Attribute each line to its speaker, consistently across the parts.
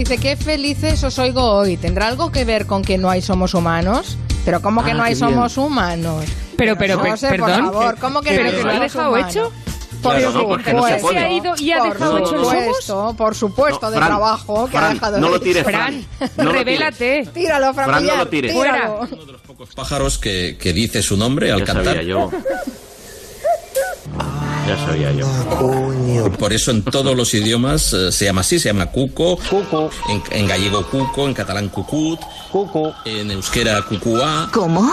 Speaker 1: Dice, qué felices os oigo hoy. ¿Tendrá algo que ver con que no hay somos humanos? Pero ¿cómo que
Speaker 2: Ah,
Speaker 1: no hay
Speaker 2: qué bien.
Speaker 1: somos humanos?
Speaker 3: Pero, pero,
Speaker 1: no
Speaker 3: per-
Speaker 1: sé, por
Speaker 3: perdón.
Speaker 1: favor, ¿cómo que
Speaker 3: ¿Pero
Speaker 1: no hay
Speaker 3: que lo ha
Speaker 1: somos
Speaker 3: dejado
Speaker 1: humanos?
Speaker 3: hecho?
Speaker 1: Por
Speaker 2: Claro, no, porque no se
Speaker 1: supuesto.
Speaker 2: puede. Se ha
Speaker 3: ido y ha
Speaker 1: Por
Speaker 3: dejado
Speaker 2: hecho los
Speaker 1: supuesto, Por supuesto,
Speaker 2: No,
Speaker 1: de
Speaker 2: Fran,
Speaker 1: trabajo que ha
Speaker 2: Fran,
Speaker 1: dejado
Speaker 2: no
Speaker 1: de
Speaker 2: lo tires,
Speaker 3: Fran,
Speaker 2: No lo
Speaker 3: revélate.
Speaker 1: Tíralo, Fran,
Speaker 2: Fran, no lo
Speaker 1: Villar,
Speaker 2: tires.
Speaker 1: tíralo.
Speaker 3: Fuera.
Speaker 4: pocos pájaros que, que dice su nombre al
Speaker 2: Ya
Speaker 4: cantar.
Speaker 2: sabía yo. Ya sabía yo.
Speaker 4: Por eso en todos los idiomas eh, se llama así, se llama cuco. En, en gallego cuco, en catalán cucut. En euskera cucuá.
Speaker 5: ¿Cómo?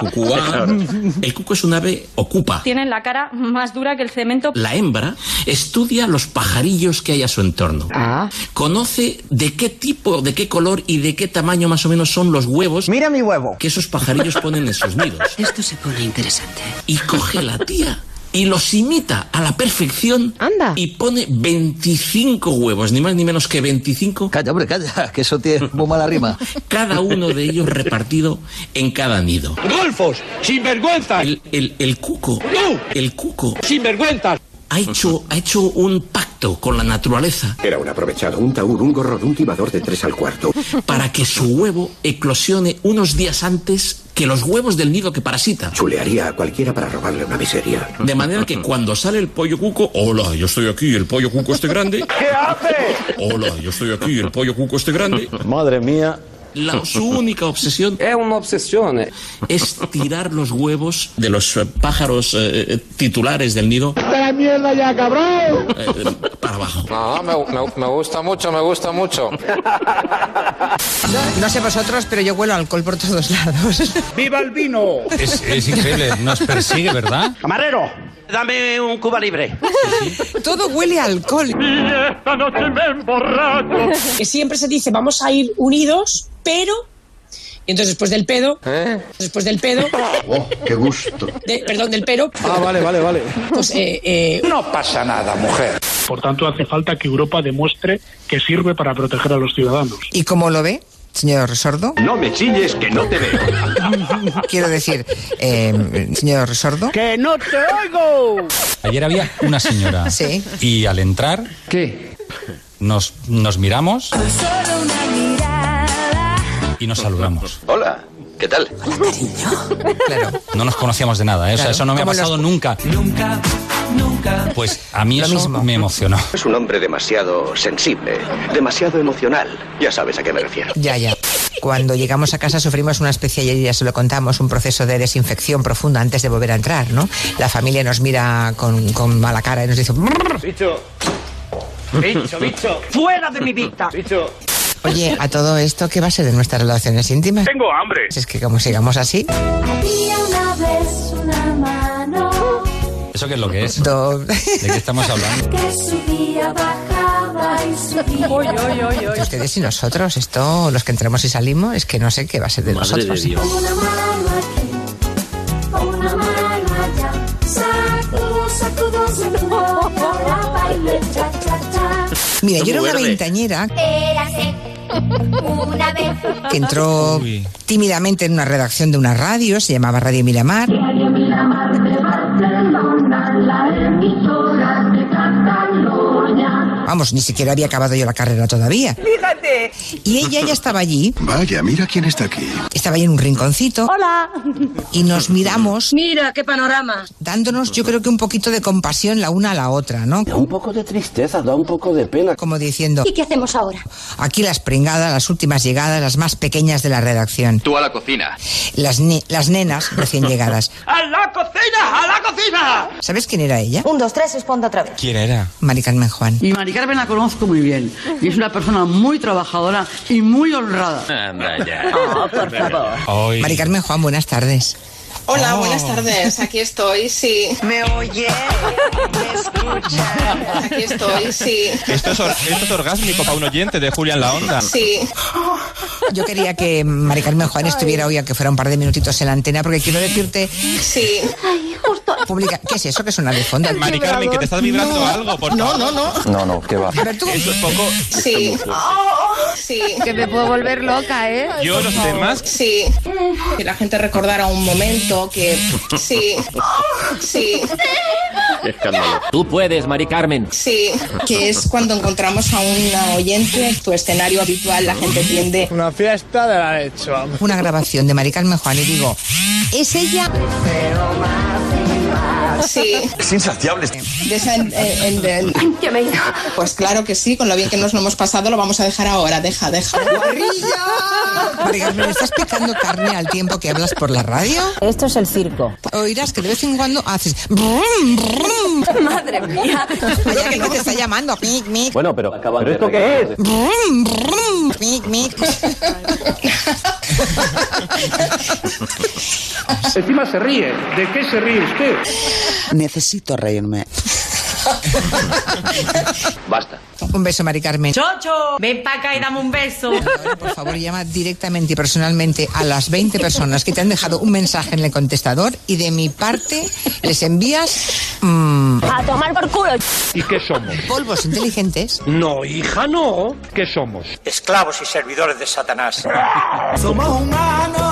Speaker 4: Cucuá. El cuco es un ave ocupa.
Speaker 6: Tienen la cara más dura que el cemento.
Speaker 4: La hembra estudia los pajarillos que hay a su entorno.
Speaker 3: Ah.
Speaker 4: Conoce de qué tipo, de qué color y de qué tamaño más o menos son los huevos
Speaker 7: Mira mi huevo.
Speaker 4: que esos pajarillos ponen en sus nidos.
Speaker 5: Esto se pone interesante.
Speaker 4: y coge la tía y los imita a la perfección
Speaker 3: Anda.
Speaker 4: y pone 25 huevos, ni más ni menos que 25,
Speaker 7: Calla, hombre, calla, que eso tiene muy mala rima.
Speaker 4: cada uno de ellos repartido en cada nido.
Speaker 8: ¡Golfos! ¡Sinvergüenzas!
Speaker 4: El, el- el cuco,
Speaker 8: ¡Tú!
Speaker 4: el cuco
Speaker 8: ¡Sinvergüenzas!
Speaker 4: ha hecho, ha hecho un pacto con la naturaleza
Speaker 9: Era un aprovechado, un taur, un gorro, un tibador de tres al cuarto.
Speaker 4: para que su huevo eclosione unos días antes que los huevos del nido que parasita.
Speaker 9: Chulearía a cualquiera para robarle una miseria.
Speaker 4: De manera que cuando sale el pollo cuco, hola, yo estoy aquí, el pollo cuco este grande. ¿Qué hace? Hola, yo estoy aquí, el pollo cuco este grande.
Speaker 8: Madre mía.
Speaker 4: La- su única obsesión
Speaker 8: Es una obsesión. eh.
Speaker 4: es tirar los huevos de los eh, pájaros eh, eh, titulares del nido
Speaker 8: la mierda ya, cabrón!
Speaker 4: eh, eh, para abajo.
Speaker 10: No, Ah, me, me- me gusta mucho, me gusta mucho.
Speaker 1: No sé vosotros, pero yo huelo alcohol por todos lados.
Speaker 8: ¡Viva el vino!
Speaker 10: Es, increíble, nos persigue, ¿verdad?
Speaker 8: ¡Camarero! Dame un Cuba libre.
Speaker 1: Todo huele a alcohol.
Speaker 3: Que siempre se dice, vamos a ir unidos, pero... Y entonces después del pedo, después del pedo,
Speaker 9: ¡Oh, qué gusto!
Speaker 3: de- perdón, del pero,
Speaker 8: Ah, vale, vale, vale.
Speaker 3: pues eh, eh,
Speaker 8: No pasa nada, mujer.
Speaker 10: Por tanto, hace falta que Europa demuestre que sirve para proteger a los ciudadanos.
Speaker 1: ¿Y cómo lo ve, señor Sordo?
Speaker 9: No me chilles, que no te veo.
Speaker 1: Quiero decir, señor Sordo.
Speaker 8: ¡Que no te oigo!
Speaker 10: Ayer había una señora
Speaker 1: Sí.
Speaker 10: y al entrar
Speaker 8: ¿Qué?
Speaker 10: nos, nos miramos y nos saludamos.
Speaker 9: Hola, ¿qué tal?
Speaker 10: No nos conocíamos de nada, ¿eh? O sea,
Speaker 1: Claro.
Speaker 10: eso no me ha
Speaker 1: Como
Speaker 10: pasado nunca. Nunca, nunca. Pues a mí
Speaker 1: Lo
Speaker 10: eso
Speaker 1: mismo.
Speaker 10: me emocionó.
Speaker 9: Es un hombre demasiado sensible, demasiado emocional. Ya sabes a qué me refiero.
Speaker 1: Ya, ya. Cuando llegamos a casa sufrimos una especie, y ya se lo contamos, un proceso de desinfección profunda antes de volver a entrar, ¿no? La familia nos mira con, con mala cara y nos dice, "Brrr".
Speaker 8: Bicho. Bicho, bicho. ¡Fuera de mi vista! Bicho.
Speaker 1: oye, a todo esto, ¿qué va a ser de nuestras relaciones íntimas? Pues
Speaker 10: Tengo hambre.
Speaker 1: Es que como sigamos así,
Speaker 5: una vez una mano
Speaker 10: ¿Eso qué es lo que es?
Speaker 1: do-
Speaker 10: ¿De qué estamos hablando?
Speaker 5: que subía, bajaba y subía.
Speaker 1: ustedes y nosotros, esto, los que entramos y salimos, es que no sé qué va a ser de
Speaker 2: Madre de
Speaker 1: nosotros.
Speaker 2: Dios.
Speaker 5: Una mano aquí, una mano allá. Sacudo, sacudo, sacudo, y ahora baile cha, cha, cha.
Speaker 1: Mira, yo
Speaker 2: Muy
Speaker 1: era una
Speaker 2: verde.
Speaker 1: veintañera
Speaker 5: Érase una vez
Speaker 1: que entró tímidamente en una redacción de una radio, se llamaba Radio Miramar. Vamos, ni siquiera había acabado yo la carrera todavía. Fíjate. Y ella ya estaba allí,
Speaker 9: Vaya, mira quién está aquí.
Speaker 1: estaba allí en un rinconcito. Hola. Y nos miramos. Mira, qué panorama. Dándonos, yo creo que un poquito de compasión la una a la otra, ¿no?
Speaker 8: Da un poco de tristeza, da un poco de pena.
Speaker 1: Como diciendo,
Speaker 5: ¿Y qué hacemos ahora?
Speaker 1: aquí las pringadas, las últimas llegadas, las más pequeñas de la redacción.
Speaker 9: Tú a la cocina.
Speaker 1: Las, ne- las nenas recién llegadas.
Speaker 8: ¡A la cocina! ¡A la cocina!
Speaker 1: ¿Sabes quién era ella?
Speaker 5: Un, dos, tres, responda otra vez.
Speaker 10: ¿Quién era?
Speaker 1: Mari Carmen Juan.
Speaker 7: Y Mari Carmen la conozco muy bien. Y es una persona muy trabajadora y muy honrada.
Speaker 10: Hoy.
Speaker 1: Mari Carmen Juan, buenas tardes.
Speaker 10: Oh.
Speaker 3: Hola, buenas tardes. Aquí estoy, sí.
Speaker 7: Me oye, me escucha.
Speaker 3: Aquí estoy, sí.
Speaker 10: Esto es, or- esto es orgásmico para un oyente de Julián La Onda.
Speaker 3: Sí.
Speaker 1: Yo quería que Mari Carmen Juan estuviera hoy, aunque fuera un par de minutitos en la antena, porque quiero decirte
Speaker 3: Sí.
Speaker 1: pública. ¿Qué es eso que suena de fondo?
Speaker 10: Mari Carmen, que te estás vibrando algo, por favor.
Speaker 8: No, no, qué va.
Speaker 1: A ver, tú.
Speaker 10: Es un poco.
Speaker 3: Sí.
Speaker 2: Sí. Que me puedo volver loca, ¿eh?
Speaker 11: Yo los demás.
Speaker 2: Sí. Que la gente recordara un momento que. Sí. Sí.
Speaker 12: Tú puedes, Mari Carmen.
Speaker 2: Sí. Que es cuando encontramos a una oyente, tu escenario habitual, la gente tiende.
Speaker 1: Una fiesta de la hecho. Una grabación de Mari Carmen Juan y digo, ¿es ella?
Speaker 2: Sí.
Speaker 9: Es insaciable.
Speaker 2: De esa en- en- en- en- Pues claro que sí, con lo bien que nos lo hemos pasado, lo vamos a dejar ahora. Deja, deja.
Speaker 1: Mari Carmen, ¿estás picando carne al tiempo que hablas por la radio? Esto es el circo. Oirás que de vez en cuando haces... brum, brum.
Speaker 5: Madre mía.
Speaker 1: Hay alguien que te está llamando. Mic, mic.
Speaker 12: Bueno, pero. ¿Pero
Speaker 1: esto qué es? Brum, brum, mic, mic.
Speaker 8: Encima se ríe. ¿De qué se ríe usted?
Speaker 13: Necesito reírme.
Speaker 9: Basta.
Speaker 1: Un beso, Mari Carmen.
Speaker 14: Chocho, ven para acá y dame un beso.
Speaker 1: Por favor, llama directamente y personalmente a las 20 personas que te han dejado un mensaje en el contestador y de mi parte les envías... a tomar por culo.
Speaker 8: ¿Y qué somos?
Speaker 1: Polvos inteligentes.
Speaker 8: No, hija, no. ¿Qué somos? Esclavos y servidores de Satanás.
Speaker 5: Somos humanos.